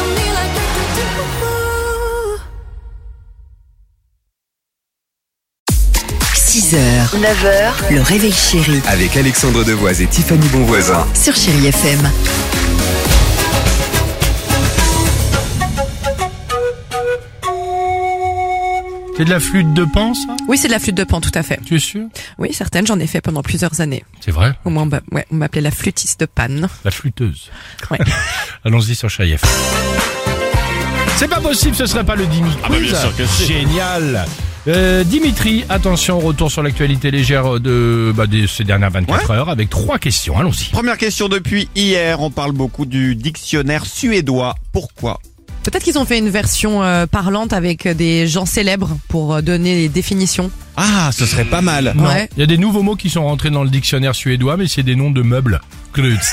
on me like do, do, do. 6h, 9h, le réveil chéri Avec Alexandre Devoise et Tiffany Bonvoisin. sur Chérie FM. C'est de la flûte de pan, ça Oui, c'est de la flûte de pan, tout à fait. Tu es sûr Oui, certaines, j'en ai fait pendant plusieurs années. C'est vrai. Au moins, on m'a- ouais, on m'appelait la flûtiste de panne. La flûteuse. Ouais. Allons-y sur Chaïef. C'est pas possible, ce serait pas le Dimitri. Ah bien sûr que Génial Euh, Dimitri, attention, retour sur l'actualité légère de, bah, de ces dernières 24 heures avec trois questions. Allons-y. Première question depuis hier, on parle beaucoup du dictionnaire suédois. Pourquoi Peut-être qu'ils ont fait une version euh, parlante avec des gens célèbres pour euh, donner les définitions. Ah, ce serait pas mal. Non. Ouais. Il y a des nouveaux mots qui sont rentrés dans le dictionnaire suédois, mais c'est des noms de meubles. Klutz.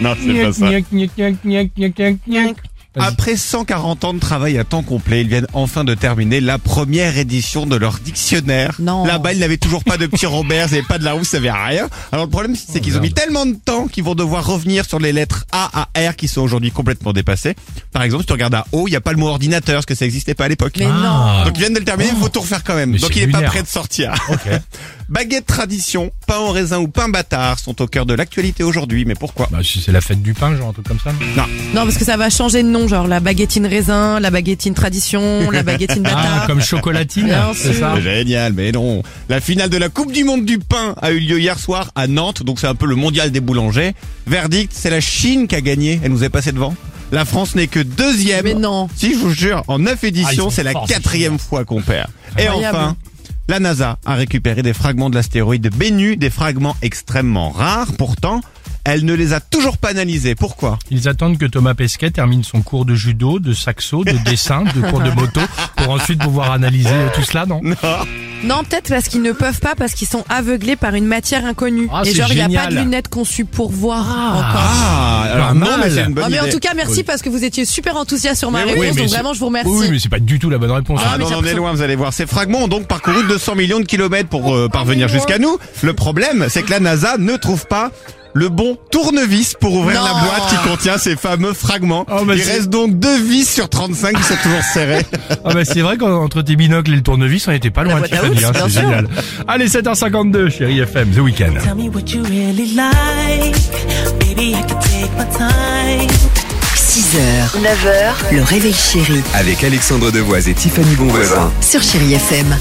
Non, Gnac, gnac, gnac, gnac, gnac, gnac, gnac. Vas-y. Après 140 ans de travail à temps complet, ils viennent enfin de terminer la première édition de leur dictionnaire. Non. Là-bas, ils n'avaient toujours pas de petit Robert, ils n'avaient pas de la rousse, ils n'avaient rien. Alors le problème, c'est qu'ils ont mis tellement de temps qu'ils vont devoir revenir sur les lettres A à R qui sont aujourd'hui complètement dépassées. Par exemple, si tu regardes à O, il n'y a pas le mot ordinateur, parce que ça n'existait pas à l'époque. Mais Ah. non. Donc ils viennent de le terminer, il faut tout refaire quand même. Mais Donc c'est il n'est pas lunaire. prêt de sortir. Ok. Baguette tradition, pain au raisin ou pain bâtard sont au cœur de l'actualité aujourd'hui, mais pourquoi Bah, si c'est la fête du pain, genre un truc comme ça. Non, parce que ça va changer de nom, genre la baguettine raisin, la baguettine tradition, la baguettine Ah, bâtard. comme chocolatine, Bien c'est sûr. ça Génial, mais non. La finale de la Coupe du Monde du pain a eu lieu hier soir à Nantes, donc c'est un peu le mondial des boulangers. Verdict, c'est la Chine qui a gagné, elle nous est passée devant. La France n'est que deuxième. Mais non. Si je vous jure, en neuf Ah, ils éditions, sont c'est la forts, ces quatrième fois qu'on perd. Et Incroyable. enfin, la NASA a récupéré des fragments de l'astéroïde Bennu, des fragments extrêmement rares pourtant. Elle ne les a toujours pas analysés. Pourquoi Ils attendent que Thomas Pesquet termine son cours de judo, de saxo, de dessin, de cours de moto, pour ensuite pouvoir analyser euh, tout cela, non Non, peut-être parce qu'ils ne peuvent pas, parce qu'ils sont aveuglés par une matière inconnue. Ah, Et c'est genre, il n'y a pas génial. de lunettes conçues pour voir encore. Ah, alors non, mal. mais c'est une bonne Ah, mais en idée. tout cas, merci parce que vous étiez super enthousiaste sur ma Mais oui, réponse, mais Bah donc c'est- vraiment, je vous remercie. Oui, mais c'est pas du tout la bonne réponse. Ah mais non, j'ai on en est l'impression- loin, vous allez voir. Ces fragments ont donc parcouru 200 millions de kilomètres pour euh, parvenir jusqu'à nous. Le problème, c'est que la NASA ne trouve pas le bon tournevis pour ouvrir Non. la boîte qui contient ces fameux fragments. Oh, bah, Il c'est- reste donc deux vis sur 35 qui sont toujours serrés. Ah bah c'est vrai qu'entre tes binocles et le tournevis, on était pas loin, boîte à Tiffany, outils, hein, bah, bien c'est sûr. génial. Allez, 7h52, chérie FM, The Weekend. Tell me what you really like. Baby, I can take my time. 6h, 9h, le réveil chéri Avec Alexandre Devoise et Tiffany Bonvoisin. sur Chérie FM.